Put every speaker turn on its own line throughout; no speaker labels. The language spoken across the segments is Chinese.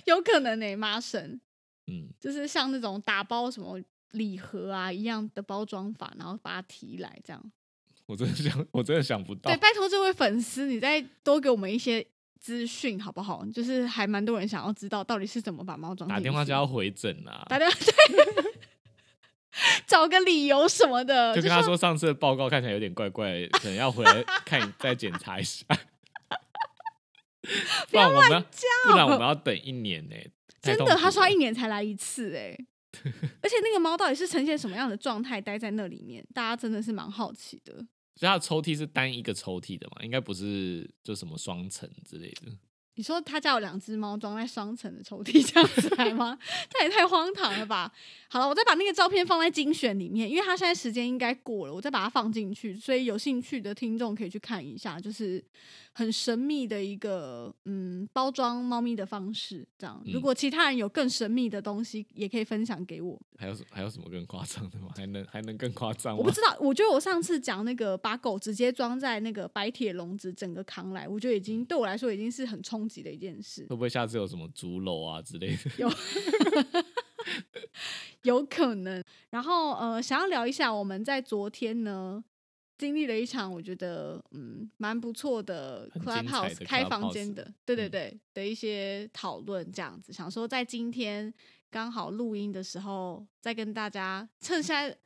有可能呢、欸麻绳
嗯，
就是像那种打包什么礼盒啊一样的包装法，然后把它提来这样。
我真的想，我真的想不到
对，。拜托这位粉丝，你再多给我们一些资讯好不好？就是还蛮多人想要知道到底是怎么把猫装进去。
打电话就要回诊啦、
打电话，对， 找个理由什么的，
就跟
呃就
他说上次的报告看起来有点怪怪，可能要回来看再检查 一下。不然我们要不然我们要等一年 呢、太
真
痛
的，
苦
他说他
了
一年才来一次哎、而且那个猫到底是呈现什么样的状态待在那里面，大家真的是蛮好奇的。
所以它的抽屉是单一个抽屉的嘛，应该不是就什么双层之类的。
你说他家有两只猫装在双层的抽屉这样子来吗？ 这也太荒唐了吧！好了，我再把那个照片放在精选里面，因为它现在时间应该过了，我再把它放进去，所以有兴趣的听众可以去看一下，就是很神秘的一个嗯包装猫咪的方式。这样，
嗯
如果其他人有更神秘的东西，也可以分享给我。
还有什还有什么更夸张的吗？还能还能更夸张
我不
吗？
知道，我觉得我上次讲那个把狗直接装在那个白铁笼子，整个扛来，我觉得已经对我来说已经是很冲击的一件事
会，不会下次有什么竹篓啊之类的？
有可能。然后呃，想要聊一下我们在昨天呢经历了一场我觉得嗯蛮不错的
很精彩
Clubhouse
的
开房
Clubhouse
间的，对对
嗯
对、的一些讨论这样子，想说在今天刚好录音的时候再跟大家趁现在。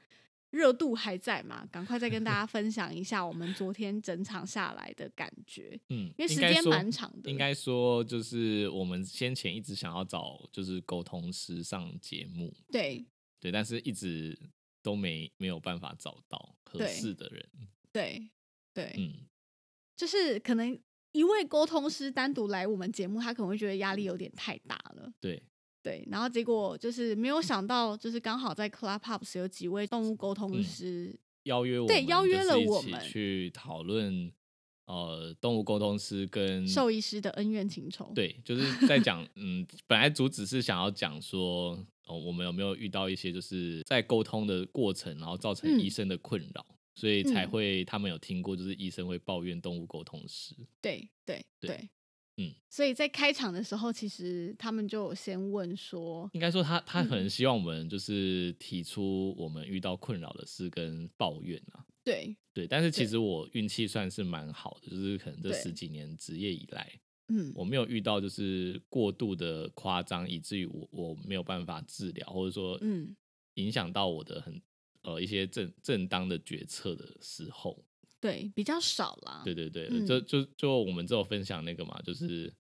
热度还在嘛？赶快再跟大家分享一下我们昨天整场下来的感觉。
嗯，
因为时
应该
间
说
蛮长的
应该说就是我们先前一直想要找就是沟通师上节目，
对
对，但是一直都没没有办法找到合
对
适的人。
对对、
嗯，
就是可能一位沟通师单独来我们节目，他可能会觉得压
嗯
力有点太大了。
对，
对，然后结果就是没有想到，就是刚好在 Clubhouse 有几位动物沟通
嗯
师，
邀约我
对
们
邀约
就是
了
一
我
起
们
去讨论呃动物沟通师跟
兽医师的恩怨情仇。
嗯对，就是在讲嗯，本来主旨是想要讲说哦，我们有没有遇到一些就是在沟通的过程，然后造成
嗯
医生的困扰。所以才
嗯
会，他们有听过，就是医生会抱怨动物沟通师，
对对
对
对，
嗯，
所以在开场的时候，其实他们就有先问说，
应该说他他
嗯
很希望我们就是提出我们遇到困扰的事跟抱怨啊，
对，
对，但是其
对
实我运气算是蛮好的，就是可能这
对
十几年职业以来，
嗯，
我没有遇到就是过度的夸张，以至于我我没有办法治疗，或者说
嗯
影响到我的很呃一些正正当的决策的时候，
对，比较少啦。
对对对，呃
嗯
就就就我们只有分享那个嘛，就是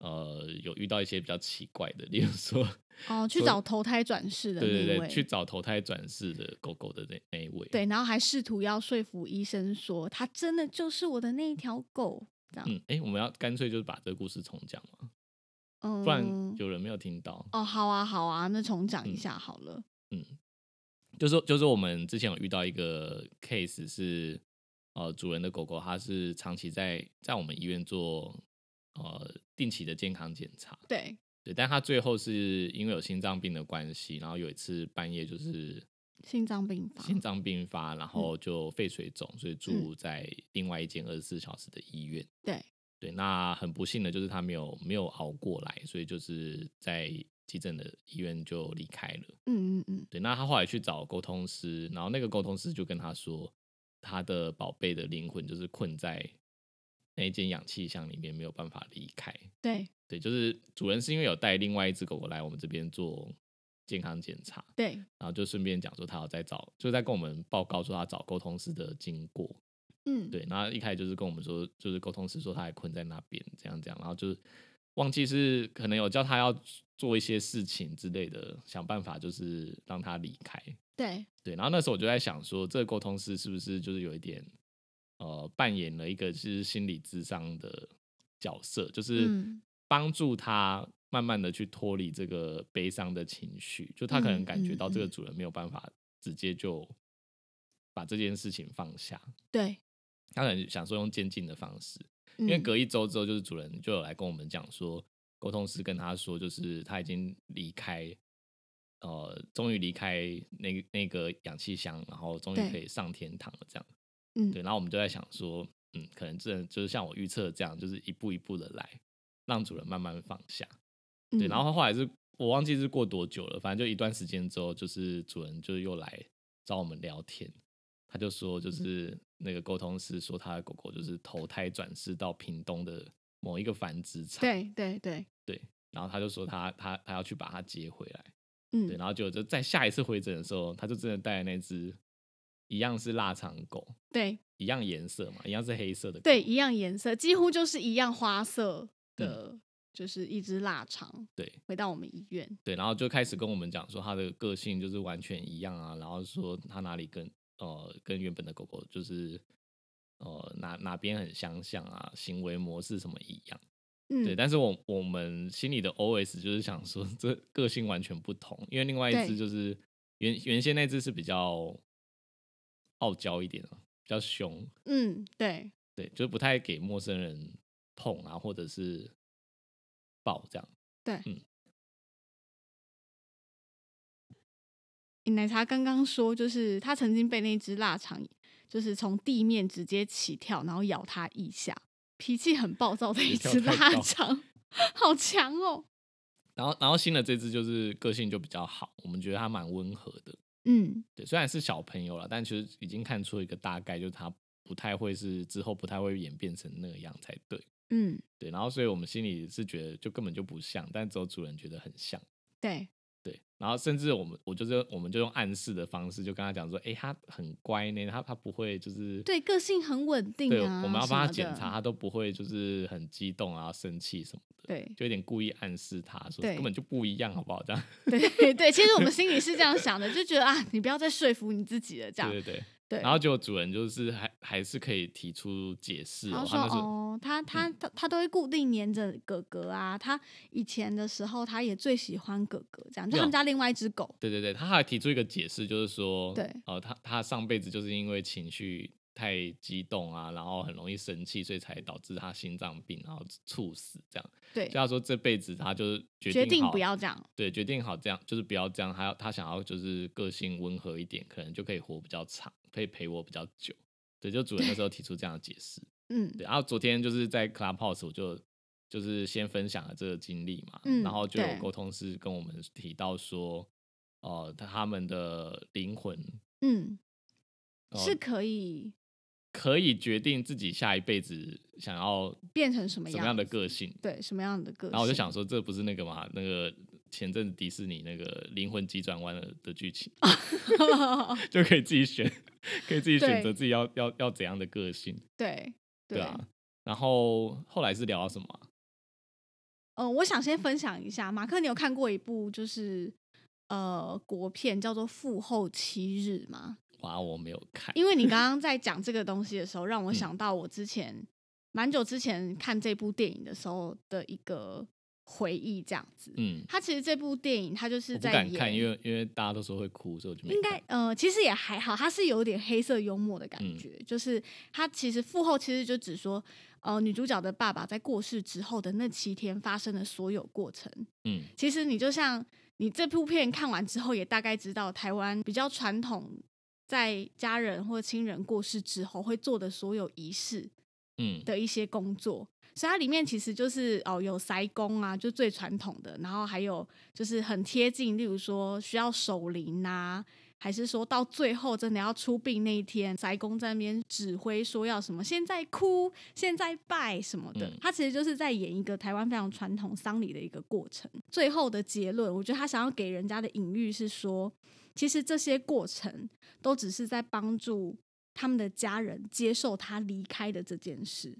呃有遇到一些比较奇怪的， 例如说，
哦，去
说
找投胎转世的那
对对
一
对，
位，
去找投胎转世的狗狗的那那一位，
对然后还试图要说服医生说，他真的就是我的那一条狗，这样，
嗯，哎、我们要干脆就是把这个故事重讲嘛，
嗯，
不然有人没有听到。
哦，好啊，好啊，那重讲
嗯
一下好了，
就是就是我们之前有遇到一个 case 是，呃，主人的狗狗它是长期在在我们医院做呃定期的健康检查，
对，
对，但它最后是因为有心脏病的关系，然后有一次半夜就是
心脏病发，
心脏病发，然后就肺水肿，所以住在另外一间二十四小时的医院。
对
对，那很不幸的就是他没有没有熬过来，所以就是在急诊的医院就离开了。
嗯嗯嗯，
对，那他后来去找沟通师，然后那个沟通师就跟他说，他的宝贝的灵魂就是困在那一间氧气箱里面，没有办法离开。
对
对，就是主人是因为有带另外一只狗狗来我们这边做健康检查，
对，
然后就顺便讲说他有在找，就在跟我们报告说他找沟通师的经过。
嗯，
对，然后一开始就是跟我们说，就是沟通师说他还困在那边，这样这样，然后就是忘记是可能有叫他要做一些事情之类的，想办法就是让他离开。
对
对，然后那时候我就在想说，这个沟通师是不是就是有一点呃扮演了一个就是心理智商的角色，就是
嗯
帮助他慢慢的去脱离这个悲伤的情绪，就他可能
嗯
感觉到
嗯
这个
嗯
主人没有办法直接就把这件事情放下，
对，嗯
他可能想说用渐进的方式，
因
因为隔一周之后，就是主人就有来跟我们讲说，沟通师跟他说，就是他已经离开，呃，终于离开那那个氧气箱，然后终于
对
可以上天堂了，这样。
嗯
对，然后我们就在想说，嗯，可能这就是像我预测的这样，就是一步一步的来，让主人慢慢放下。对，
嗯
然后后来是我忘记是过多久了，反正就一段时间之后，就是主人就又来找我们聊天，他就
嗯
说就是那个沟通师说他的狗狗就是投胎转世到屏东的某一个繁殖场，
嗯对对对，
对然后他就说他他他要去把它接回来，
嗯
对，然后就就在下一次回诊的时候，他就真的带了那只一样是腊肠狗，
对
一样颜色嘛，一样是黑色的狗，
对，一样颜色，几乎就是一样花色的，就是一只腊肠，
嗯对，
回到我们医院，
对，然后就开始跟我们讲说它的个性就是完全一样啊，然后说它哪里跟呃跟原本的狗狗就是呃哪哪边很相像啊，行为模式什么一样。
嗯，
对，但是我我们心里的 OS 就是想说这个性完全不同，因为另外一
对
只就是原原先那只是比较傲娇一点啊，比较凶，
嗯，对
对，就是不太给陌生人碰啊，或者是抱这样。
对，
嗯
你奶茶刚刚说，就是他曾经被那只腊肠，就是从地面直接起跳，然后咬他一下，脾气很暴躁的一
跳
只
太
腊
高
肠， 好强哦。
然后，然后新的这只就是个性就比较好，我们觉得它蛮温和的。
嗯，
对，虽然是小朋友了，但其实已经看出一个大概，就是它不太会是之后不太会演变成那样才对。
嗯，
对，然后所以我们心里是觉得就根本就不像，但只有主人觉得很像。
对，
对，然后甚至我们我就是我们就用暗示的方式就跟他讲说，诶，它很乖呢，它它不会就是
对，个性很稳定
对，
啊
我们要
什
帮
么
它检
的
查，它都不会就是很激动啊、生气什么的，
对，
就有点故意暗示它说
对
根本就不一样，好不好？这样，
对，对。其实我们心里是这样想的，就觉得啊，你不要再说服你自己了，这样
对。对对。
对，
然后结果主人就是还还是可以提出解释、
他
哦，
说
他那时候
哦，他他他他都会固定黏着哥哥啊，他以前的时候他也最喜欢哥哥，这样就
对啊
他们家另外一只狗。
对对对，他还提出一个解释，就是说，
对
呃，他他上辈子就是因为情绪太激动啊，然后很容易生气，所以才导致他心脏病，然后猝死这样。
对
就，他说这辈子他就是决
决
定
定
好
不要这样。
对，决定好这样，就是不要这样。他要他想要就是个性温和一点，可能就可以活比较长，可以陪我比较久。对，就主人那时候提出这样的解释。
嗯，
对，然后昨天就是在 Clubhouse 我就就是先分享了这个经历嘛，
嗯
然后就有
对
沟通师跟我们提到说，呃，他他们的灵魂、
嗯，
呃、
是可以
可以决定自己下一辈子想要
变成什么
什么
样
样的
子
个性。
对什么样的个性。
然后我就想说，这不是那个嘛？那个前阵子迪士尼那个灵魂急转弯的的 剧情，就可以自己选，可以自己选择
对
自己要要要怎样的个性，
对
啊对啊。然后后来是聊到什么啊、
呃，我想先分享一下，马克，你有看过一部就是呃国片叫做《父后七日》吗？
哇，我没有看，
因为你刚刚在讲这个东西的时候，让
嗯
我想到我之前蛮久之前看这部电影的时候的一个回忆，这样子。
嗯，
它其实这部电影，它就是
我不
在
敢看，
演，
因为因为大家都说会哭，所以我就没
应
看嗯
该呃，其实也还好，它是有点黑色幽默的感觉，就是它其实父后其实就只说，呃，女主角的爸爸在过世之后的那七天发生的所有过程，
嗯
其实你就像你这部片看完之后，也大概知道台湾比较传统，在家人或亲人过世之后会做的所有仪式
嗯
的一些工作。所以它里面其实就是哦，有筛工啊，就最传统的，然后还有就是很贴近，例如说需要守灵啊，还是说到最后真的要出殡那一天，宅公在那边指挥说要什么，现在哭，现在拜什么的
嗯，
他其实就是在演一个台湾非常传统丧礼的一个过程。最后的结论，我觉得他想要给人家的隐喻是说，其实这些过程都只是在帮助他们的家人接受他离开的这件事。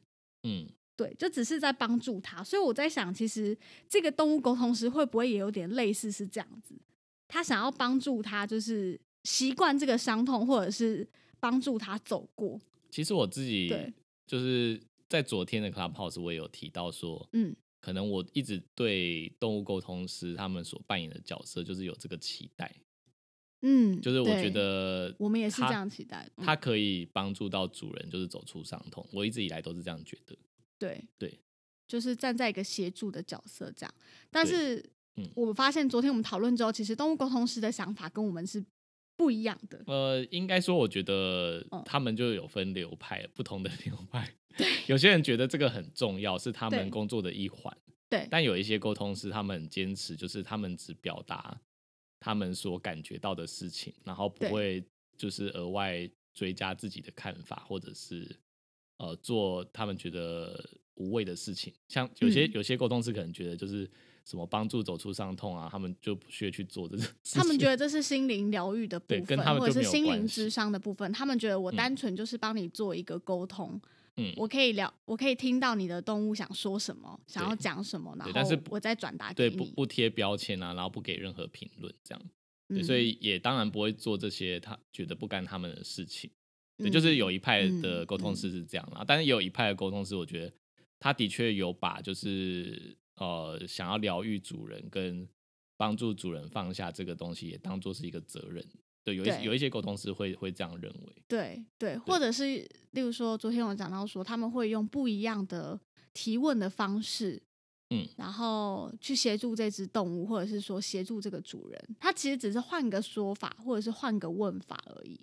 嗯，
对，就只是在帮助他。所以我在想，其实这个动物沟通师会不会也有点类似是这样子？他想要帮助他，就是习惯这个伤痛，或者是帮助他走过。
其实我自己
对
就是在昨天的 Clubhouse 我也有提到说，
嗯
可能我一直对动物沟通师他们所扮演的角色就是有这个期待，
嗯，
就是我
对
觉得
我们也是这
他
样期待。嗯
它可以帮助到主人，就是走出伤痛。我一直以来都是这样觉得。
对
对，
就是站在一个协助的角色这样。但
对
是，
嗯
我们发现昨天我们讨论之后，其实动物沟通师的想法跟我们是不一样的。
呃，应该说，我觉得
嗯
他们就有分流派，不同的 流 派。有些人觉得这个很重要，是他
对
们工作的一环。
对
但有一些沟通师，他们很坚持，就是他们只表达他们所感觉到的事情，然后不
对
会就是额外追加自己的看法，或者是呃做他们觉得无谓的事情。像有些、
嗯
有些沟通师可能觉得就是什么帮助走出伤痛啊，他们就不屑去做这种事情。
他们觉得这是心灵疗愈的部
对
分
跟他，们
或者
就是没有
心灵
关系
智商的部分。他们觉得我
嗯
单纯就是帮你做一个沟通，
嗯
我可以聊，我可以听到你的动物想说什么，想要
对
讲什么，然后
对但是
我再转达
对
给
不
你。
不贴标签啊，然后不给任何评论这样。对，
嗯
所以也当然不会做这些他觉得不干他们的事情。对，就
嗯
是有一派
嗯
的沟通
嗯
师是这样啦，但是也有一派的沟通师，我觉得他的确有把就是呃想要疗愈主人跟帮助主人放下这个东西，也当做是一个责任。对，有
对
一有一些沟通师会会这样认为。
对对，或者是例如说，昨天我讲到说，他们会用不一样的提问的方式，
嗯，
然后去协助这只动物，或者是说协助这个主人。他其实只是换个说法，或者是换个问法而已，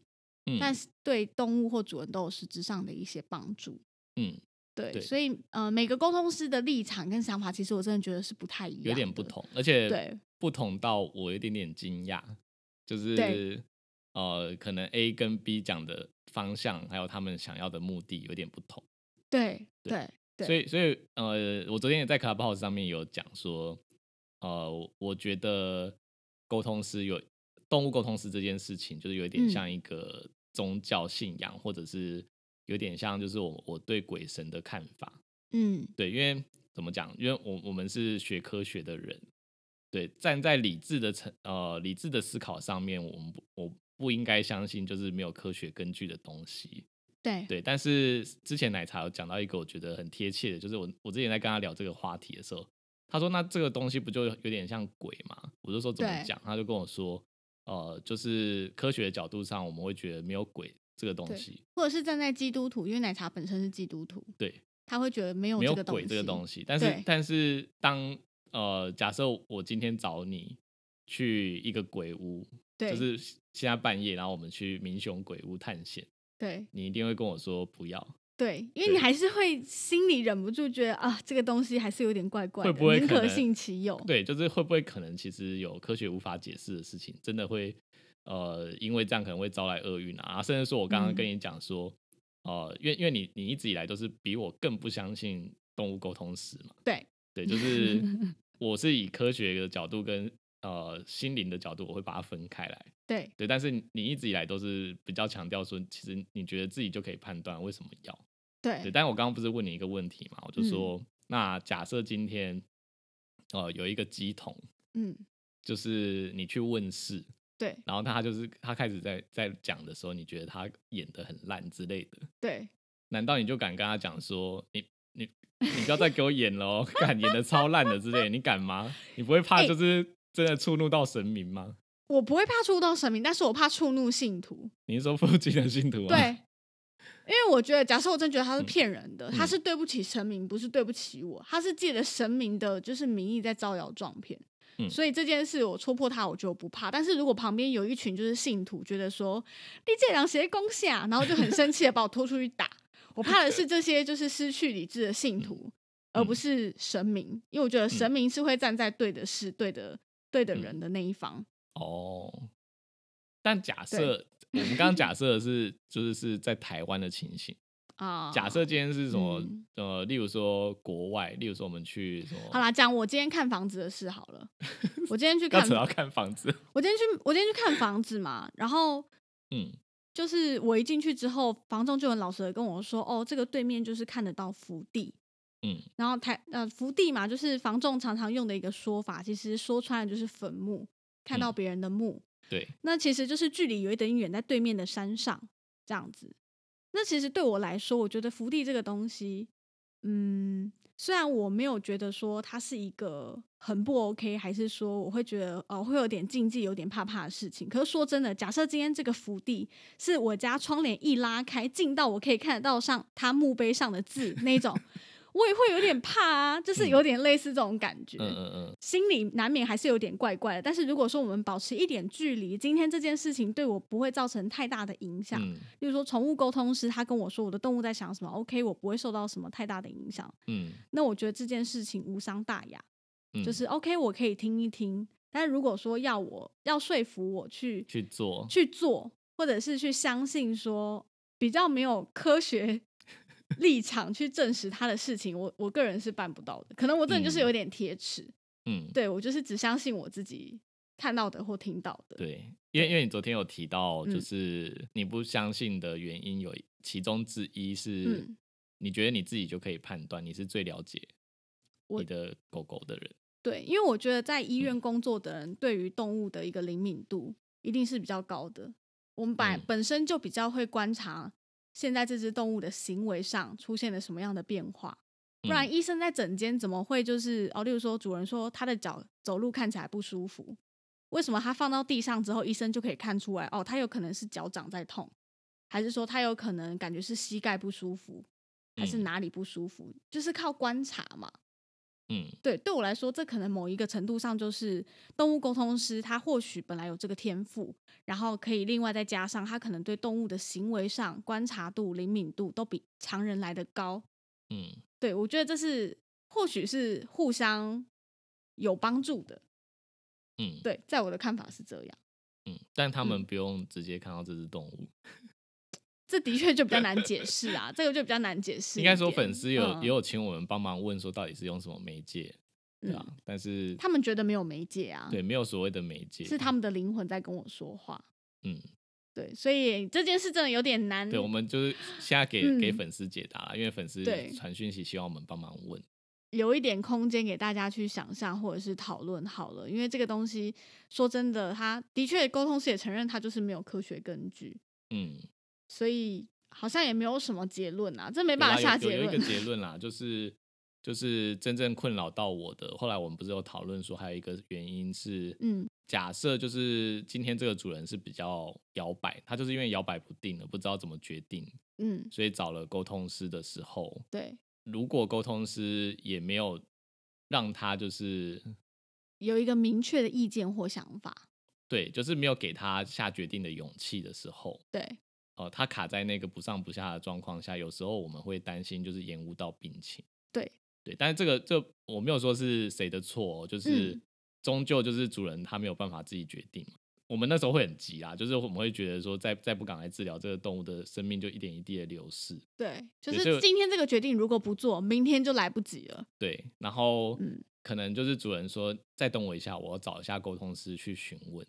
嗯，
但是对动物或主人都有实质上的一些帮助。
嗯，
对，
对
所以呃，每个沟通师的立场跟想法，其实我真的觉得是不太一样，
有点不。同，而且
对
不同到我有一点点惊讶，就
对
是呃，可能 A 跟 B 讲的方向，还有他们想要的目的有点不同。
对
对
对对
所以，所以，呃，我昨天也在 Clubhouse 上面有讲说，呃，我我觉得沟通师有动物沟通师这件事情，就是有一点
嗯
像一个宗教信仰，或者是有点像就是我我对鬼神的看法。
嗯
对，因为怎么讲？因为我我们是学科学的人，对，站在理智的层呃理智的思考上面，我们不我不应该相信就是没有科学根据的东西。
对
对，但是之前奶茶有讲到一个我觉得很贴切的，就是我我之前在跟他聊这个话题的时候，他说那这个东西不就有点像鬼嘛？我就说怎么
对
讲，他就跟我说，呃，就是科学的角度上，我们会觉得没有鬼这个东
对
西，
或者是站在基督徒，因为奶茶本身是基督徒，
对，
他会觉得没有
没有
这个东
鬼
西，
这个东
西，
西。但是
对
但是当呃，假设我今天找你去一个鬼屋，
对，
就是现在半夜，然后我们去民雄鬼屋探险，
对
你一定会跟我说不要，
对，因为你
对
还是会心里忍不住觉得啊，这个东西还是有点怪怪的，
会不会
宁
可
可
能
信其有？
对，就是会不会可能其实有科学无法解释的事情，真的会呃，因为这样可能会招来厄运啊，甚至说我刚刚跟
嗯
你讲说，呃，因为因为你你一直以来都是比我更不相信动物沟通史嘛，
对
对，就是我是以科学的角度跟呃心灵的角度，我会把它分开来，
对
对，但是你你一直以来都是比较强调说，其实你觉得自己就可以判断为什么要，对，
对
但我刚刚不是问你一个问题嘛，我就说，那假设今天哦，有一个机桶，
嗯，
就是你去问世，
对
然后他就是他开始在在讲的时候，你觉得他演的很烂之类的，
对，
难道你就敢跟他讲说你你你不要再给我演了哦，敢演的超烂的之类的，你敢吗？你不会怕
哎
就是真的触怒到神明吗？
我不会怕触到神明，但是我怕触怒信徒。
你是说附近的信 徒吗？
对，因为我觉得，假设我真觉得他是骗人的，
嗯
他是对不起神明，不是对不起我，他是借着神明的就是名义在招摇撞骗。
嗯
所以这件事我戳破他，我就不怕。但是如果旁边有一群就是信徒，觉得说你这两谁攻下，然后就很生气的把我拖出去打，我怕的是这些就是失去理智的
嗯
信徒，而不是神明，因为我觉得神明是会站在对的事、对的、对的
嗯
人的那一方。
哦，但假设我们刚刚假设的是就是是在台湾的情 形，
啊，
假设今天是什么、
嗯
呃，例如说国外，例如说我们去什么，
好啦，讲我今天看房子的事好了。我今天去
要
看
扯，到看房子，
我今天去，我今天去看房子嘛，然后
嗯，
就是我一进去之后，房仲就很老实的跟我说，哦，这个对面就是看得到福地。
嗯，
然后台呃福地嘛，就是房仲常常用的一个说法，其实说穿了就是坟墓，看到
嗯
别人的墓。
对，
那其实就是距离有一点远，在对面的山上这样子。那其实对我来说，我觉得福地这个东西，嗯，虽然我没有觉得说它是一个很不 OK，还是说我会觉得哦会有点禁忌，有点怕怕的事情。可是说真的，假设今天这个福地是我家窗帘一拉开，近到我可以看得到上它墓碑上的字那种，我也会有点怕啊，就是有点类似这种感觉。
嗯嗯嗯，
心里难免还是有点怪怪的。但是如果说我们保持一点距离，今天这件事情对我不会造成太大的影响。
嗯
例如说，宠物沟通师他跟我说我的动物在想什么，OK，我不会受到什么太大的影响。
嗯
那我觉得这件事情无伤大雅，
嗯，
就是 OK，我可以听一听。但如果说要我要说服我去
去做，
去做，或者是去相信说比较没有科学立场去证实他的事情，我我个人是办不到的。可能我真的就是有点铁齿。
嗯，
对我就是只相信我自己看到的或听到的。
对，因为因为你昨天有提到，就
嗯
是你不相信的原因有其中之一是
嗯，
你觉得你自己就可以判断，你是最了解
我
你的狗狗的人。
对，因为我觉得在
嗯
医院工作的人对于动物的一个灵敏度一定是比较高的。我们本
嗯
本身就比较会观察现在这只动物的行为上出现了什么样的变化，
嗯
不然医生在诊间怎么会就是哦，例如说主人说他的脚走路看起来不舒服，为什么他放到地上之后，医生就可以看出来哦，他有可能是脚掌在痛，还是说他有可能感觉是膝盖不舒服，还是
嗯
哪里不舒服，就是靠观察嘛。
嗯
对，对我来说，这可能某一个程度上就是动物沟通师，他或许本来有这个天赋，然后可以另外再加上他可能对动物的行为上观察度、灵敏度都比常人来的高。
嗯
对我觉得这是或许是互相有帮助的。
嗯
对，在我的看法是这样，
嗯，但他们
嗯
不用直接看到这只动物，
这的确就比较难解释 啊，这个就比较难解释一
应
点。
该说粉丝有、
嗯
也有请我们帮忙问说到底是用什么媒介，对啊，
嗯，
但是
他们觉得没有媒介啊，
对没有所谓的媒介，
是他们的灵魂在跟我说话。
嗯，
对，所以这件事真的有点难。
对，我们就是现在给、给
嗯
粉丝解答啦，因为粉丝
对
传讯息希望我们帮忙问，
留一点空间给大家去想象或者是讨论好了，因为这个东西说真的，他的确沟通师也承认他就是没有科学根据，
嗯，
所以好像也没有什么结论啊，这没
有
办
啦
法下
有
结
有有一个
论。
结论啦，就是就是真正困扰到我的。后来我们不是有讨论说，还有一个原因是，
嗯，
假设就是今天这个主人是比较摇摆，他就是因为摇摆不定了，不知道怎么决定，
嗯，
所以找了沟通师的时候，
对，
如果沟通师也没有让他就是
有一个明确的意见或想法，
对，就是没有给他下决定的勇气的时候。
对，
哦，他卡在那个不上不下的状况下，有时候我们会担心就是延误到病情。
对
对，但是这个这我没有说是谁的错、哦，就是
嗯
终究就是主人他没有办法自己决定嘛。我们那时候会很急啊，就是我们会觉得说再再不赶快治疗，这个动物的生命就一点一滴的流逝。
对，就
对这
是
个
今天这个决定如果不做，明天就来不及了。
对，然后、
嗯
可能就是主人说再等我一下，我要找一下沟通师去询问。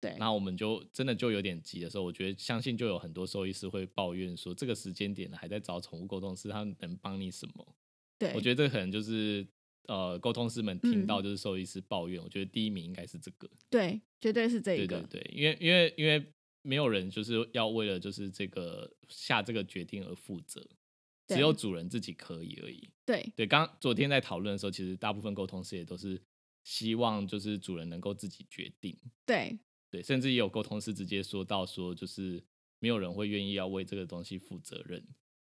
对，
那我们就真的就有点急的时候，我觉得相信就有很多兽医师会抱怨说，这个时间点了还在找宠物沟通师，他能帮你什么？
对，嗯
我觉得这可能就是呃沟通师们听到就是兽医师抱怨，我觉得第一名应该是这个。
对，绝对是这一
对
个。
对对，因为因为因为没有人就是要为了就是这个下这个决定而负责，只
对
有主人自己可以而已。
对
对，刚昨天在讨论的时候，其实大部分沟通师也都是希望就是主人能够自己决定。
对
对，甚至也有沟通师直接说到说，就是没有人会愿意要为这个东西负责任。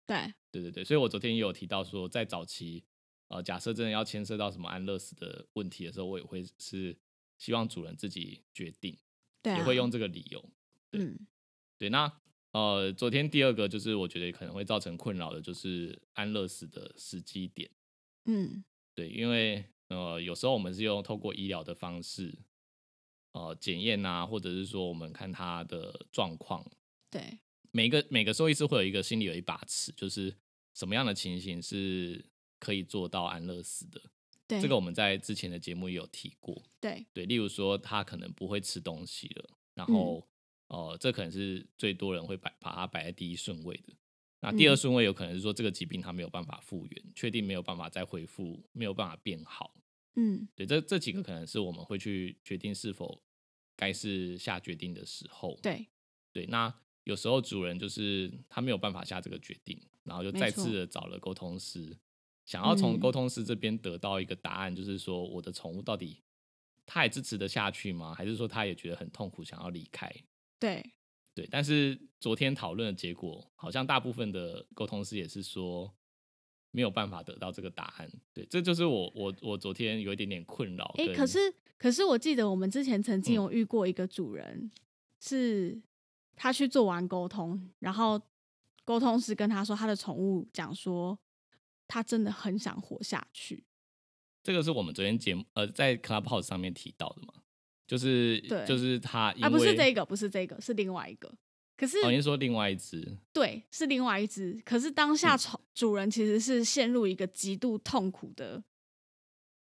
对
对对对，所以我昨天也有提到说，在早期，呃，假设真的要牵涉到什么安乐死的问题的时候，我也会是希望主人自己决定，
对啊，
也会用这个理由。对
嗯，
对，那呃，昨天第二个就是我觉得可能会造成困扰的，就是安乐死的时机点。
嗯
对，因为呃，有时候我们是用透过医疗的方式，呃，检验啊，或者是说我们看他的状况，
对
每个每个兽医师会有一个心里有一把尺，就是什么样的情形是可以做到安乐死的。
对
这个我们在之前的节目也有提过，
对
对，例如说他可能不会吃东西了，
嗯
然后、呃，这可能是最多人会摆把它摆在第一顺位的。那第二
嗯
顺位有可能是说这个疾病它没有办法复原，确定没有办法再恢复，没有办法变好。
嗯
对，这这几个可能是我们会去决定是否该是下决定的时候。
对
对，那有时候主人就是他没有办法下这个决定，然后就
没
再
错
次的找了沟通师，想要从
嗯
沟通师这边得到一个答案，就是说我的宠物到底它还支持得下去吗？还是说它也觉得很痛苦，想要离开？
对
对，但是昨天讨论的结果，好像大部分的沟通师也是说没有办法得到这个答案。对，这就是我我我昨天有一点点困扰。
哎、
跟
可是可是我记得我们之前曾经
嗯
有遇过一个主人，是他去做完沟通，然后沟通师跟他说，他的宠物讲说，他真的很想活下去。
这个是我们昨天节目呃在 Clubhouse 上面提到的嘛，就是
对
就是他因为
啊，不是这个，不是这个，是另外一个。可是、
哦，您说另外一只，
对，是另外一只。可是当
嗯
下宠主人其实是陷入一个极度痛苦的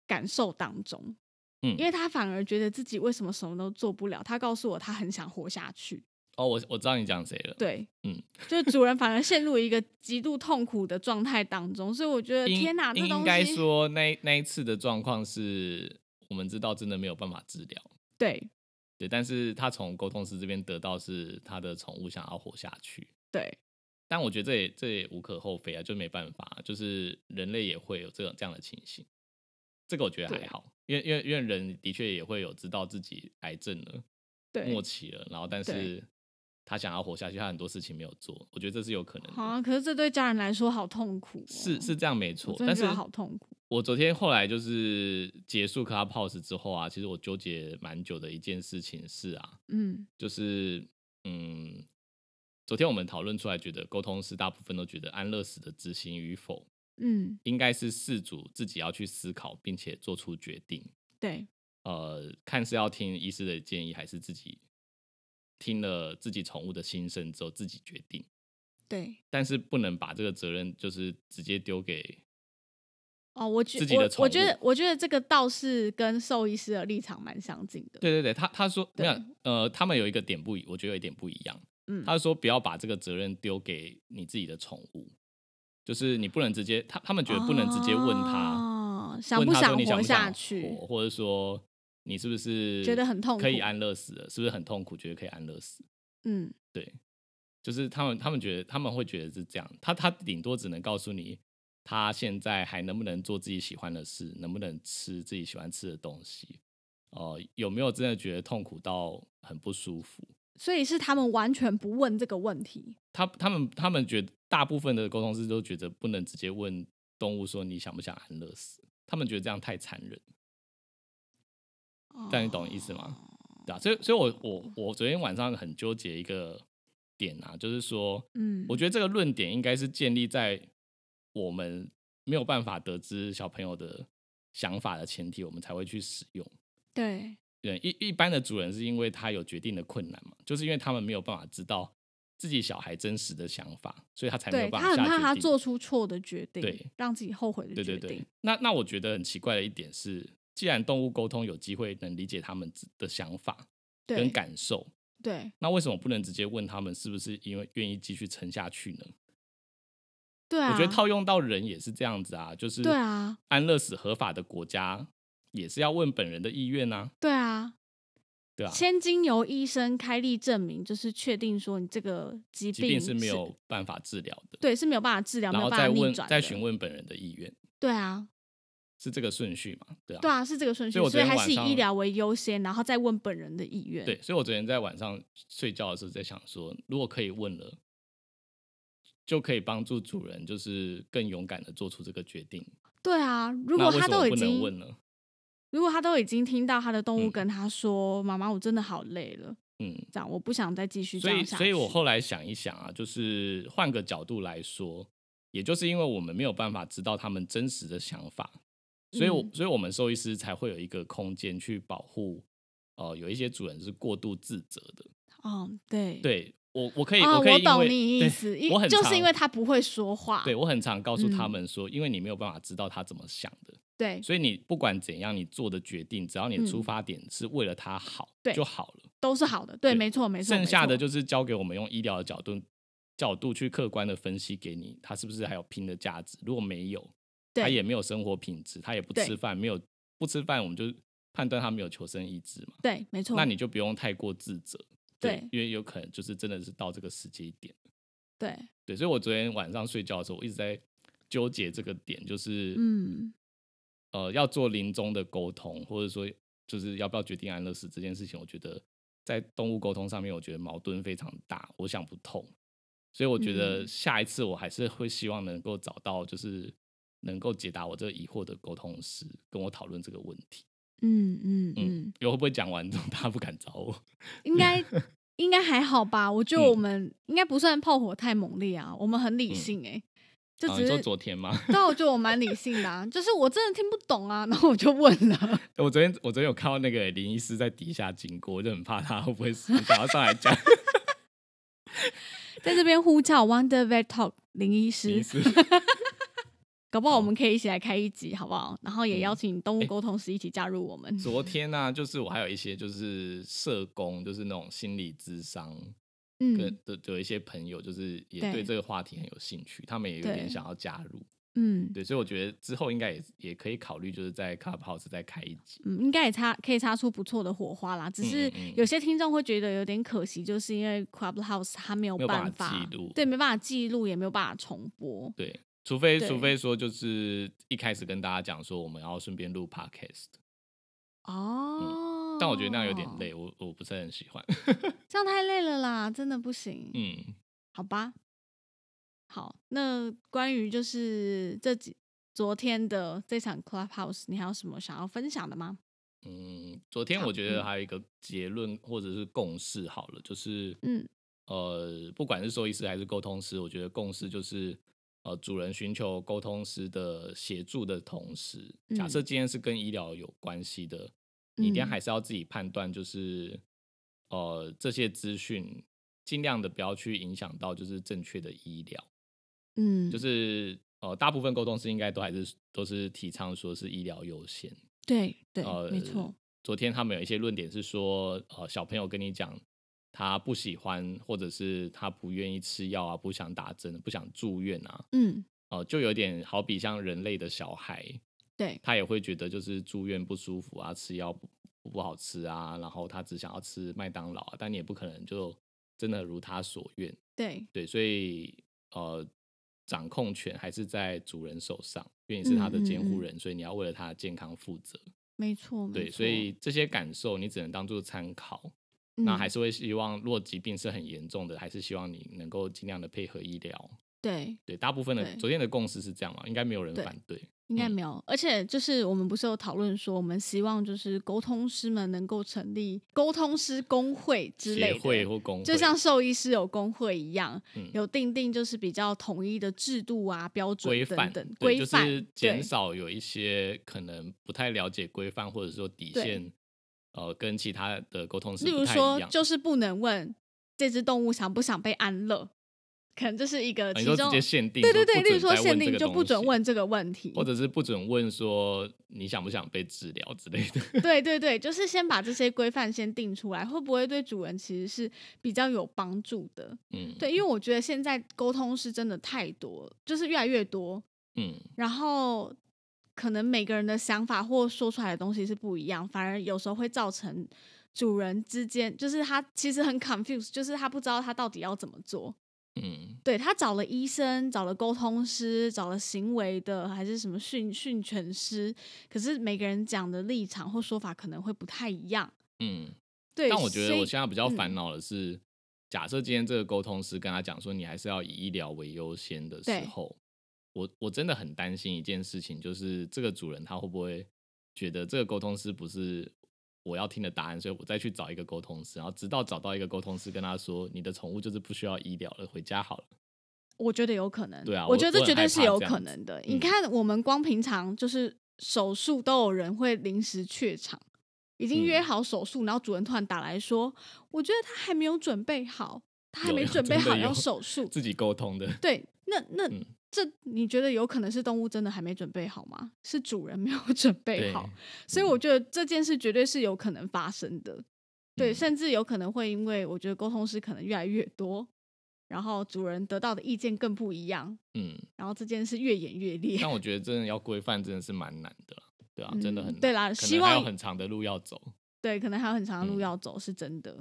感受当中，
嗯，
因为他反而觉得自己为什么什么都做不了。他告诉我，他很想活下去。
哦，我我知道你讲谁了，
对，
嗯，
就是主人反而陷入一个极度痛苦的状态当中，所以我觉得
应
天哪，这
应
东
应该
西
说那那一次的状况是我们知道真的没有办法治疗，
对
对，但是他从沟通师这边得到是他的宠物想要活下去，
对
但我觉得这也这也无可厚非啊，就没办法，就是人类也会有这种这样的情形，这个我觉得还
对
好，因为因为因为人的确也会有知道自己癌症了。末
对
期了，然后但
对
是他想要活下去，他很多事情没有做，我觉得这是有可能的，
啊！可是这对家人来说好痛苦、哦，
是是这样没错
我。真的
但
觉
是
得好痛苦。
我昨天后来就是结束 Clubhouse 之后啊，其实我纠结蛮久的一件事情是啊，
嗯，
就是嗯，昨天我们讨论出来，觉得沟通师大部分都觉得安乐死的执行与否，
嗯，
应该是事主自己要去思考，并且做出决定。
对
呃，看是要听医师的建议，还是自己听了自己宠物的心声之后自己决定。
对
但是不能把这个责任就是直接丢给
哦，我觉
自己的
我
宠物
我觉得我觉得这个倒是跟兽医师的立场蛮相近的。
对对对，他他说没
对
有呃，他们有一个点不一，我觉得有一点不一样。
嗯，
他说不要把这个责任丢给你自己的宠物，就是你不能直接他他们觉得不能直接问他，
哦、想
问
不
他说你
活
不
下
想
去？
活或者说你是不是
觉得很痛
可以
苦
安乐死了，是不是很痛苦，觉得可以安乐死？
嗯，
对，就是他们他们觉得他们会觉得是这样，他他顶多只能告诉你他现在还能不能做自己喜欢的事，能不能吃自己喜欢吃的东西，呃，有没有真的觉得痛苦到很不舒服？
所以是他们完全不问这个问题。
他他们他们觉得大部分的沟通师都觉得不能直接问动物说你想不想安乐死，他们觉得这样太残忍，
哦
这样你懂意思吗？对啊，所以所以我我我昨天晚上很纠结一个点啊，就是说，
嗯，
我觉得这个论点应该是建立在我们没有办法得知小朋友的想法的前提，我们才会去使用。
对
对，一一般的主人是因为他有决定的困难嘛，就是因为他们没有办法知道自己小孩真实的想法，所以他才没有
对，
办
他
法
很
下决
怕
定。
他做出错的决定，
对，
让自己后悔的
对
决
对
定。
对。那那我觉得很奇怪的一点是，既然动物沟通有机会能理解他们的想法
对
跟感受，
对
那为什么不能直接问他们是不是因为愿意继续撑下去呢？
对啊，
我觉得套用到人也是这样子啊，就是
对啊，
安乐死合法的国家也是要问本人的意愿啊，
对啊，
对啊，
千金由医生开立证明，就是确定说你这个疾
疾病
是
是没有办法治疗的，
对是没有办法治疗，没
然
有
后
办法
再
逆
问
转
再
的。
询问本人的意愿，
对啊，
是这个顺序嘛？对啊，
对啊，是这个顺序
所以，我
所
昨
以
天
还是
晚
以
上
医疗为优先，然后再问本人的意愿。
对，所以我昨天在晚上睡觉的时候在想说，如果可以问了，就可以帮助主人，就是更勇敢的做出这个决定。
对啊，如果
那为
他
什
都
么
已
不能
经
问呢？
如果他都已经听到他的动物
嗯
跟他说：“妈妈，我真的好累了，
嗯，
这样我不想再继续这
所以
样下去。”
所以我后来想一想啊，就是换个角度来说，也就是因为我们没有办法知道他们真实的想法，所以我、
嗯
所以我们兽医师才会有一个空间去保护。呃，有一些主人是过度自责的，
嗯，对
对我我可以、
啊，
我可以
我
因
懂
为
你意
对
思，因
我很
就是
常
因为他不会说话，
对我很常告诉他
嗯
们说，因为你没有办法知道他怎么想的，
对
所以你不管怎样，你做的决定，只要你的出
嗯
发点是为了他好，
对
就好了。
都是好的，对，
对
没错没错，
剩下
没
的
错
就是交给我们用医疗的角度角度去客观的分析给你，他是不是还有拼的价值？如果没有，他
对
也没有生活品质，他也不
对
吃饭，没有不吃饭，我们就判断他没有求生意志嘛。
对，没错，
那你就不用太过自责，
对
因为有可能就是真的是到这个时间点。
对，
对，所以我昨天晚上睡觉的时候，我一直在纠结这个点，就是
嗯，
呃要做临终的沟通，或者说就是要不要决定安乐死这件事情，我觉得在动物沟通上面，我觉得矛盾非常大，我想不通。所以我觉得
嗯
下一次我还是会希望能够找到就是能够解答我这个疑惑的沟通师，跟我讨论这个问题。
嗯嗯
嗯
嗯，，
有会不会讲完之后大家不敢找我？
应 该应该还好吧？我觉得
嗯
我们应该不算炮火太猛烈啊，我们很理性哎、就
啊
只
你说
是。
昨天吗？
但我觉得我蛮理性的、啊，就是我真的听不懂啊，然后我就问了，
我昨天我昨天有看到那个林医师在底下经过，我就很怕他会不会想要上 来讲。
在这边呼叫 Wonder Vet Talk 林医
林医
师，
师，
搞不好我们可以一起来开一集，好不好？然后也
嗯
邀请动物
诶
沟通师一起加入我们。
昨天呢、就是我还有一些就是社工，就是那种心理咨商，跟
嗯
的、有一些朋友，就是也
对
对这个话题很有兴趣，他们也有点
对
想要加入，
嗯
对，所以我觉得之后应该也也可以考虑，就是在 Clubhouse 再开一集。
嗯，应该也擦可以擦出不错的火花啦。只是
嗯嗯
有些听众会觉得有点可惜，就是因为 Clubhouse 它没有
没有办
办
法记录
对，没办法记录，也没有办法重播。
对，除非
对
除非说就是一开始跟大家讲说我们要顺便录 Podcast，、
哦，
嗯但我觉得那样有点，累，我我不是很喜欢。
这样太累了啦，真的不行。
嗯，
好吧，好，那关于就是这几昨天的这场 Clubhouse，你还有什么想要分享的吗？
嗯，昨天我觉得还有一个结论或者是共识好了，就是
嗯
呃，不管是兽医师还是沟通师，我觉得共识就是呃，主人寻求沟通师的协助的同时，假设
嗯
今天是跟医疗有关系的，你一定
嗯
还是要自己判断，就是呃这些资讯尽量的不要去影响到就是正确的医疗。
嗯，
就是呃，大部分沟通师应该都还是都是提倡说是医疗优先。
对对，
呃，
没错，。
昨天他们有一些论点是说，呃，小朋友跟你讲他不喜欢，或者是他不愿意吃药啊，不想打针，不想住院啊，
嗯，
呃，就有点好比像人类的小孩，
对，
他也会觉得就是住院不舒服啊，吃药不不好吃啊，然后他只想要吃麦当劳啊，但你也不可能就真的如他所愿，
对，
对，所以呃，掌控权还是在主人手上，因为你是他的
嗯嗯
监护
嗯
人，所以你要为了他的健康负责。
没错，没
对，
错
所以这些感受你只能当做参考。那
嗯
还是会希望，如果疾病是很严重的，还是希望你能够尽量的配合医疗。
对，
对，大部分的
对
昨天的共识是这样嘛，应该没有人
对
反对。
应该
嗯
没有。而且就是我们不是有讨论说，我们希望就是沟通师们能够成立沟通师工会之类
协
的，
会或工会，
就像兽医师有工会一样，
嗯
有定定就是比较统一的制度啊、标准
规
等
范
等
对
规范，
就是
对
减少有一些可能不太了解规范或者说底
对
线，呃，跟其他的沟通是
例
不
如
太一
说，
样。
就是不能问这只动物想不想被安乐，可能这是一个
哦呃你
其
说直
中
接限定，
对对对，
不
例如
准
说
再
限
问这
定
个
就不
东
准
西，
问这个问题，
或者是不准问说你想不想被治疗之类的。
对对对，就是先把这些规范先定出来，会不会对主人其实是比较有帮助的？
嗯，
对，因为我觉得现在沟通是真的太多，就是越来越多，
嗯，
然后可能每个人的想法或说出来的东西是不一样，反而有时候会造成主人之间，就是他其实很 confused，就是他不知道他到底要怎么做。
嗯
对他找了医生，找了沟通师，找了行为的还是什么训训犬师，可是每个人讲的立场或说法可能会不太一样。
嗯。
对，
但我觉得
所以
我现在比较烦
嗯
恼的是，假设今天这个沟通师跟他讲说，你还是要以医疗为优先的时
对
候，我我真的很担心一件事情，就是这个主人他会不会觉得这个沟通师不是我要听的答案，所以我再去找一个沟通师，然后直到找到一个沟通师跟他说，你的宠物就是不需要医疗了，回家好了。
我觉得有可能。
对啊
我觉
我
得
我
这绝
很害
对是
怕
有
这样
可
子
能的。
嗯
你看，我们光平常就是手术都有人会临时怯场，已经约
嗯
好手术，然后主人突然打来说，我觉得他还没有准备好，他还
有
没
有
准备
真的
好要
有
手术。
自己沟通的，
对，那那、
嗯
这你觉得有可能是动物真的还没准备好吗？是主人没有 准备
对，
好，所以我觉得这件事绝对是有可能发生的。对，
嗯
甚至有可能会因为我觉得沟通师可能越来越多，然后主人得到的意见更不一样，
嗯，
然后这件事越演越烈。
但我觉得真的要规范真的是蛮难的啦，对啊，哦真的
嗯
很难，
对啦
可能
希
还有
望
很长的路要走，
对，可能还有很长的路
嗯
要走，是真的。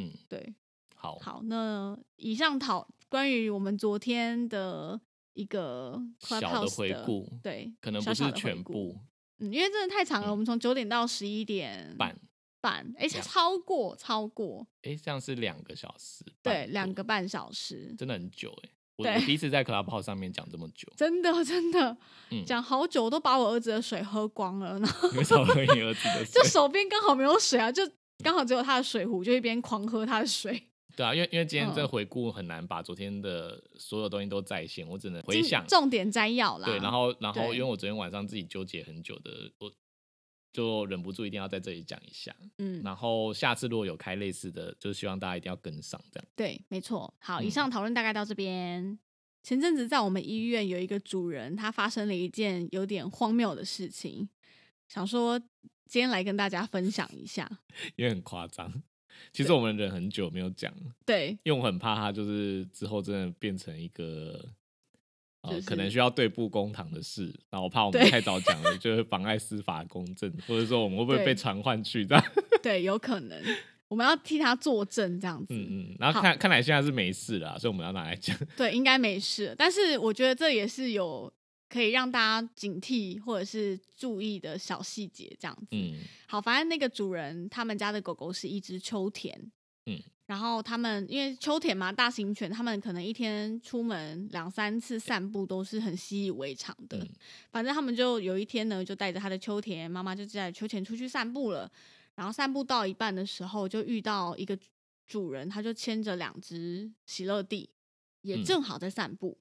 嗯，
对，
好，
好，那以上讨关于我们昨天的一个
小的
Clubhouse
回
的
顾
对，
可能
小
不
小
是
的回
全
顾
部
嗯，因为真的太长了，
嗯
我们从九点到十一点
半，
半，哎、
这样
超过超过，
哎，这样是两个小时半多，
对，两个半小时，
真的很久哎，我
对
我第一次在 Clubhouse 上面讲这么久，
真的真的
嗯，
讲好久，我都把我儿子的水喝光了，然后
你少喝你儿子的
就
水，
手边刚好没有水啊，
嗯
就刚好只有他的水壶，就一边狂喝他的水。
对啊，因为因为今天这
嗯
回顾很难把昨天的所有东西都再现，我只能回
精
想，
重点摘要啦，
对，然后然后
对
因为我昨天晚上自己纠结很久的，我就忍不住一定要在这里讲一下，
嗯，
然后下次如果有开类似的，就希望大家一定要跟上这样。
对，没错。好，以
嗯
上讨论大概到这边。前阵子在我们医院有一个主人，他发生了一件有点荒谬的事情，想说今天来跟大家分享一下。
因为很夸张。其实我们忍很久没有讲，
对，
因为我很怕他就是之后真的变成一个。呃
就，
可能
是
需要对簿公堂的事，然后我怕我们
对
太早讲了，就会妨碍司法公正，或者说我们会不会
对
被传唤去这样？
对，有可能我们要替他作证这样子。
嗯嗯。然后看看来现在是没事了，所以我们要拿来 讲。
对，应该没事。但是我觉得这也是有可以让大家警惕或者是注意的小细节，这样子。
嗯
好，反正那个主人他们家的狗狗是一只秋田，
嗯，
然后他们因为秋田嘛，大型犬，他们可能一天出门两三次散步都是很习以为常的。
嗯
反正他们就有一天呢，就带着他的秋田妈妈就带着秋田出去散步了，然后散步到一半的时候，就遇到一个主人，他就牵着两只喜乐蒂，也
嗯
正好在散步。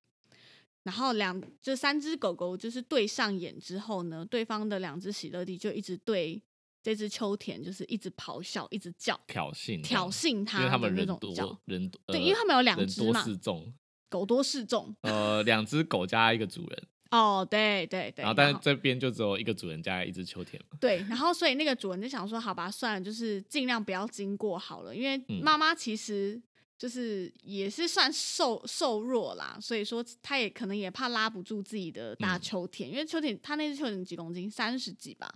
然后两这三只狗狗就是对上眼之后呢，对方的两只喜乐蒂就一直对这只秋田就是一直咆哮，一直叫
挑衅这
挑
样，
衅
因为
它
他
的
们
那
人
种叫
多。人多，
对，
呃
因为他们有两
人
只
多
嘛，
势众，
狗多势众。
呃，两只狗加一个主人，
哦，对对对。
然后但是这边就只有一个主人加一只秋田嘛，
对，然后所以那个主人就想说，好吧，算了，就是尽量不要经过好了，因为
嗯
妈妈其实就是也是算瘦瘦弱啦，所以说她也可能也怕拉不住自己的大
嗯
秋田，因为秋田她那只秋田几公斤，三十几吧。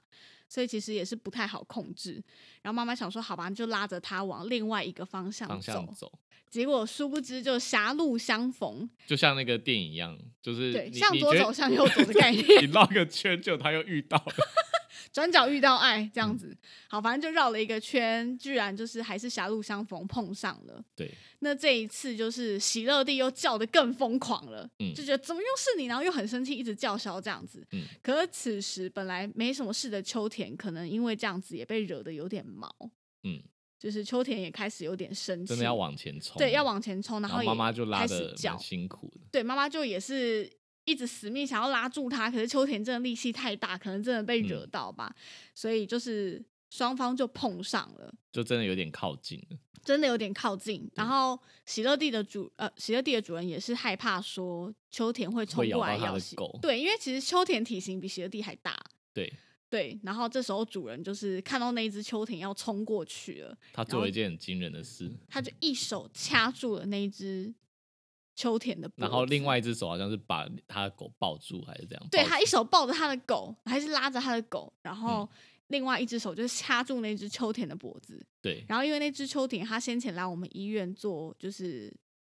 所以其实也是不太好控制，然后妈妈想说，好吧，就拉着它往另外一个方向
方向
走。
走。
结果殊不知就狭路相逢，
就像那个电影一样，就是
对
你
向
你
左
觉得
走向右走的概念
你绕个圈，就他又遇到了。
转角遇到爱这样子。
嗯
好，反正就绕了一个圈，居然就是还是狭路相逢碰上了。
对，
那这一次就是喜乐蒂又叫的更疯狂了，
嗯
就觉得怎么又是你，然后又很生气，一直叫嚣这样子。
嗯
可是此时本来没什么事的秋田，可能因为这样子也被惹得有点毛，
嗯，
就是秋田也开始有点生气，
真的要往前冲，
对要往前冲，
然
后也
妈妈就拉
开始
的
叫
蛮辛苦的，
对，妈妈就也是一直死命想要拉住他，可是秋田真的力气太大，可能真的被
嗯
惹到吧，所以就是双方就碰上了。
就真的有点靠近了。
真的有点靠近。
嗯
然后喜乐蒂的主呃，喜乐蒂的主人也是害怕说秋田会冲
会咬
过来
到他
咬
的
喜
狗
对，因为其实秋田体型比喜乐蒂还大。
对
对，然后这时候主人就是看到那一只秋田要冲过去了，
他做了一件很惊人的事，
他就一手掐住了那一只秋田的脖子，
然后另外一只手好像是把他的狗抱住还是这样，
对
抱
他
住
一手抱着他的狗，还是拉着他的狗，然后另外一只手就掐住那只秋田的脖子。
对
然后因为那只秋田它先前来我们医院做就是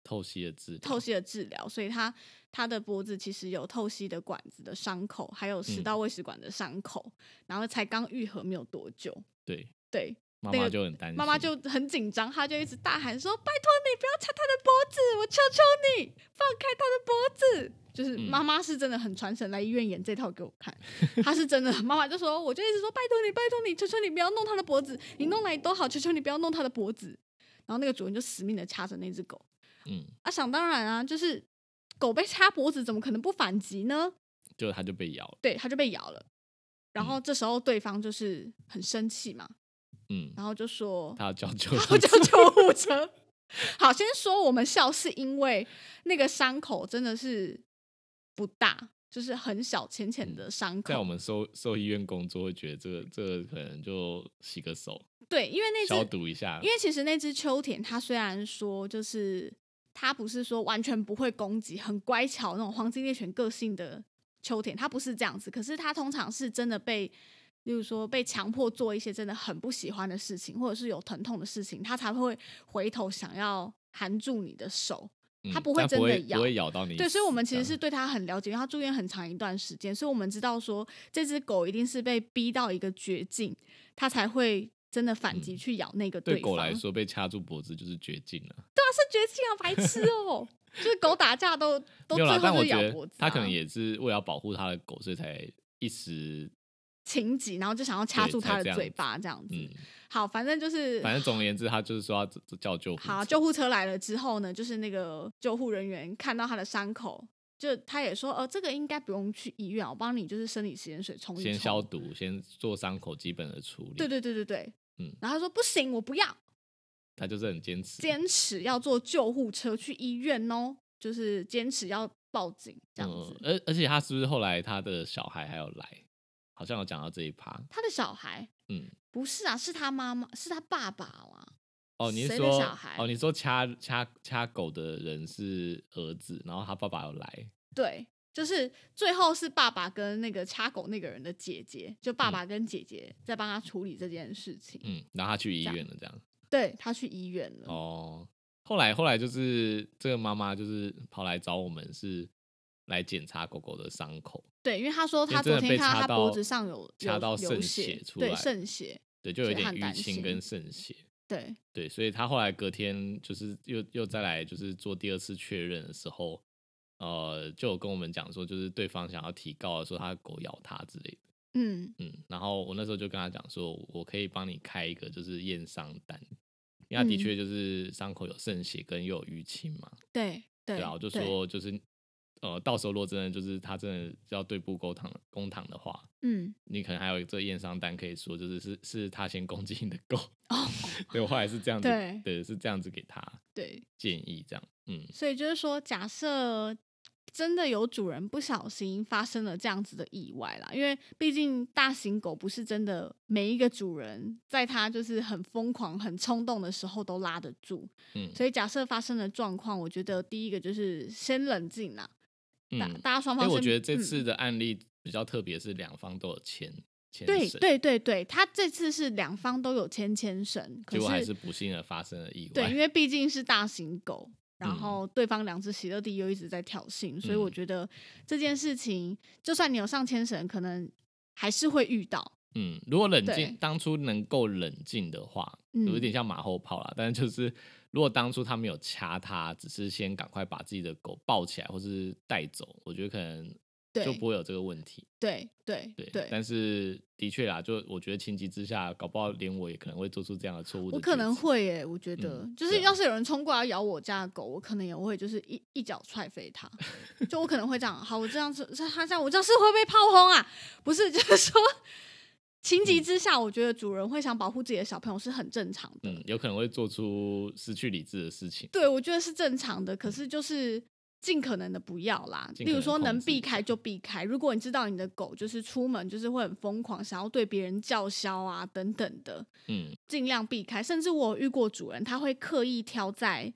透析的字，
透析的治疗，所以它它的脖子其实有透析的管子的伤口，还有食道胃食管的伤口，然后才刚愈合没有多久。
对
对，
妈
那
妈
个
就很担心，
妈妈就很紧张，她就一直大喊说：“拜托你不要掐他的脖子，我求求你放开他的脖子。”就是
嗯
妈妈是真的很传神，来医院演这套给我看， 她是真的。妈妈就说：“我就一直说拜托你，拜托你，求求你不要弄他的脖子，你弄来多好，求求你不要弄他的脖子。”然后那个主人就死命的掐着那只狗
嗯，
啊，想当然啊，就是狗被掐脖子，怎么可能不反击呢？
就他就被咬了，
对，它就被咬了。然后这时候对方就是很生气嘛，
嗯，
然后就说：“
他要叫救
然后
护
叫
车，
救护车。好，先说我们笑是因为那个伤口真的是不大，就是很小浅浅的伤
嗯在我
口。
们兽兽医院工作，会觉得这个这个可能就洗个手，
对，因为那
消
只，
毒一下，
因为其实那只秋田，它虽然说就是它不是说完全不会攻击，很乖巧那种黄金猎犬个性的秋田，它不是这样子，可是它通常是真的被。例如说，被强迫做一些真的很不喜欢的事情，或者是有疼痛的事情，它才会回头想要含住你的手。
嗯
它不会
但
真的
会
咬
不会咬到你死。
对，所以我们其实
这
是
样
对它很了解，因为它住院很长一段时间，所以我们知道说这只狗一定是被逼到一个绝境，它才会真的反击去咬那个
嗯对
方。
狗来说被掐住脖子就是绝境了。
是绝境啊，白痴哦、 就是狗打架 都都
没
最
有啦，但
后就
我
是
觉
咬脖
得
子、啊，
他可能也是为了保护他的狗，所以才一时
情急，然后就想要掐
对
住
才
它
这
的
样
嘴
子
巴这样子。
嗯，
好，反正就是
反正总而言之，他就是说要叫叫救护车。
好，救护车来了之后呢，就是那个救护人员看到他的伤口。就他也说，呃，这个应该不用去医院，我帮你就是生理食盐水冲一冲，
先消毒，先做伤口基本的处理。
对对对对对，
嗯
然后他说不行，我不要，
他就是很坚持。
坚持要坐救护车去医院哦，就是坚持要报警这样子。
嗯而、而且他是不是后来他的小孩还有来？好像有讲到这一趴。
他的小孩
嗯，
不是啊，是他妈妈，是他爸爸啦。
哦，你是
谁的
说
小孩
哦，你说掐掐掐狗的人是儿子，然后他爸爸有来，
对，就是最后是爸爸跟那个掐狗那个人的姐姐，就爸爸跟姐姐在帮他处理这件事情。
嗯，然后他去医院了，这样。
对他去医院了，
哦，后来后来就是这个妈妈就是跑来找我们，是来检查狗狗的伤口，
对，因为他说
因
他
为真
昨
的
天
被
看
插
他
到
脖子上有
插
有
到
流
渗
血
血，出
对
来
渗血，
对，就有
所以
点
她很
淤
担
青
心
跟渗血，
对
对，所以她后来隔天就是又又再来就是做第二次确认的时候，呃，就有跟我们讲说，就是对方想要提告说他的狗咬他之类的，
嗯，
嗯，然后我那时候就跟他讲说，我可以帮你开一个就是验伤单，因为他的
嗯
确就是伤口有渗血跟又有淤青嘛，
对对
对啊，我就
对
说就是呃，到时候如果真的就是他真的要对簿公堂公堂的话，
嗯，
你可能还有这验伤单可以说，就是是是他先攻击你的狗， 对，我后来是这样子，
哦对
是这样子给他
对，
建议这样，嗯，
所以就是说，假设真的有主人不小心发生了这样子的意外啦，因为毕竟大型狗不是真的每一个主人在它就是很疯狂、很冲动的时候都拉得住，
嗯
所以假设发生了状况，我觉得第一个就是先冷静啦，大、
嗯，
大家双
因为
方先。
我觉得这
嗯
次的案例比较特别，是两方都有签签
对
审，
对对对，他这次是两方都有牵牵绳，可
结果还
是
是不幸的发生了意
对，因
外，
为毕竟是大型狗，然
嗯
后对方两只喜乐蒂又一直在挑衅，所以我
嗯
觉得这件事情，就算你有上牵绳，可能还是会遇到。
嗯，如果冷
对
静，当初能够冷静的话，
嗯，
有一点像马后炮啦。但是就是，如果当初他没有掐他，只是先赶快把自己的狗抱起来或是带走，我觉得可能
对
就不会有这个问题。
对对
对，
对，
但是的确啦，就我觉得情急之下，搞不好连我也可能会做出这样的错误的
我
抉择。
可能会耶、我觉得、
嗯
就
对
是
啊
要是有人冲过来咬我家的狗，我可能也会就是一一脚踹飞它，就我 可能会这样，好，我这样子，他这样我这样是会被炮轰啊？不是，就是说。情
嗯
急之下，我觉得主人会想保护自己的小朋友是很正常的。
嗯，有可能会做出失去理智的事情。
对，我觉得是正常的，可是就是尽可能的不要啦。例
尽可
如
能
说
控
能
制
避
一
开
下
就避开。如果你知道你的狗就是出门就是会很疯狂，想要对别人叫嚣啊等等的，
嗯，
尽量避开。甚至我有遇过主人，他会刻意挑在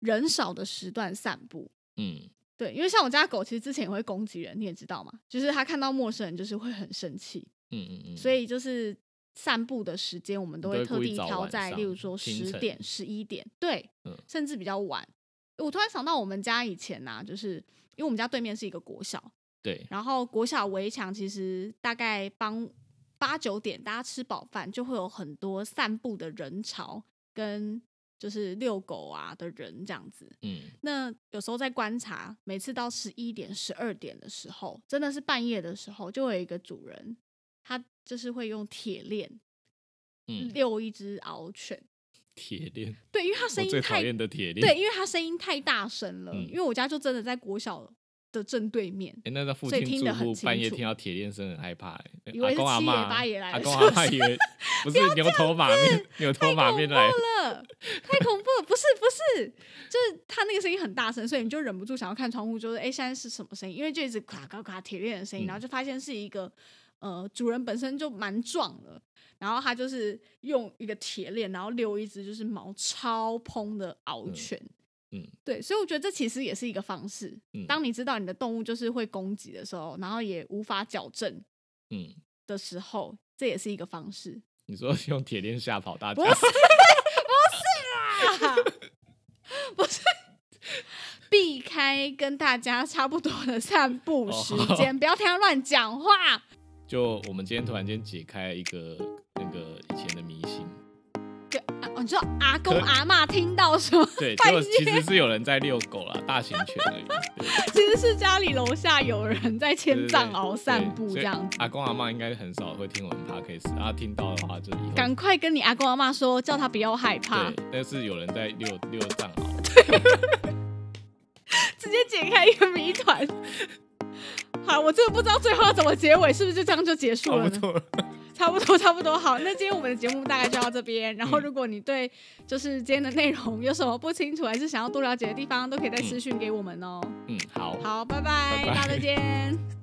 人少的时段散步。
嗯，
对，因为像我家狗，其实之前也会攻击人，你也知道嘛，就是它看到陌生人就是会很生气，
嗯嗯嗯，
所以就是散步的时间，我们都会
都会
特
故意
地
找
挑
晚
在，
上
例如说
清
十
晨
点、十一点，对，
嗯
甚至比较晚。我突然想到，我们家以前呐、就是因为我们家对面是一个国小，
对，
然后国小围墙其实大概帮八九点，大家吃饱饭就会有很多散步的人潮跟就是遛狗啊的人这样子。
嗯
那有时候在观察，每次到十一点、十二点的时候，真的是半夜的时候，就有一个主人，他就是会用铁链
嗯，
遛一只獒犬。
铁链，
对，因为他
我
声音
最讨
太
厌的铁链。
对，因为他声音太大声了。
嗯
因为我家就真的在国小的正对面，
哎、那那附
所以
近
听
住
得很
户半
清
夜
楚
听到铁链声很害怕、欸，
以
阿
为是
公阿
七爷
妈、
八爷来
阿
了
公
是
阿
不
妈
是
以为不是牛头马面，牛头马面来了，
了，太恐怖了！不是不是，就是他那个声音很大声，所以你就忍不住想要看窗户，就是哎、诶现在是什么声音？因为就一直咔咔咔铁链的声音，
嗯
然后就发现是一个呃主人本身就蛮壮了，然后他就是用一个铁链，然后遛一只就是毛超蓬的獒
嗯
犬。
嗯
对，所以我觉得这其实也是一个方式。
嗯
当你知道你的动物就是会攻击的时候，然后也无法矫正
嗯，
的时候，这也是一个方式。
你说用铁链吓跑 大家
不，是啊不是避开跟大家差不多的散步时间，不要听他乱讲话。啊
就我们今天突然间解开一个那个以前的迷信，
啊哦，你说阿公阿嬷听到说，
对，结
半
果
夜
其实是有人在遛狗啦，大型犬而已，对
其实是家里楼下有人在
对
牵
对
藏
对
獒
对
散步
所以
这样子。
阿公阿妈应该很少会听我们 podcast，啊，听到的话就以后
赶快跟你阿公阿嬷说，叫他不要害怕，
对，但是有人在遛遛藏獒。
直接解开一个谜团。好，我真的不知道最后要怎么结尾，是不是就这样就结束
差
了
啊不
呢？
多了，
差不多，差不多。好，那今天我们的节目大概就到这边。然后，如果你对就是今天的内容有什么不清楚，还是想要多了解的地方，都可以再私讯给我们哦。
嗯，好。
嗯好，拜拜，
拜拜
大家再见。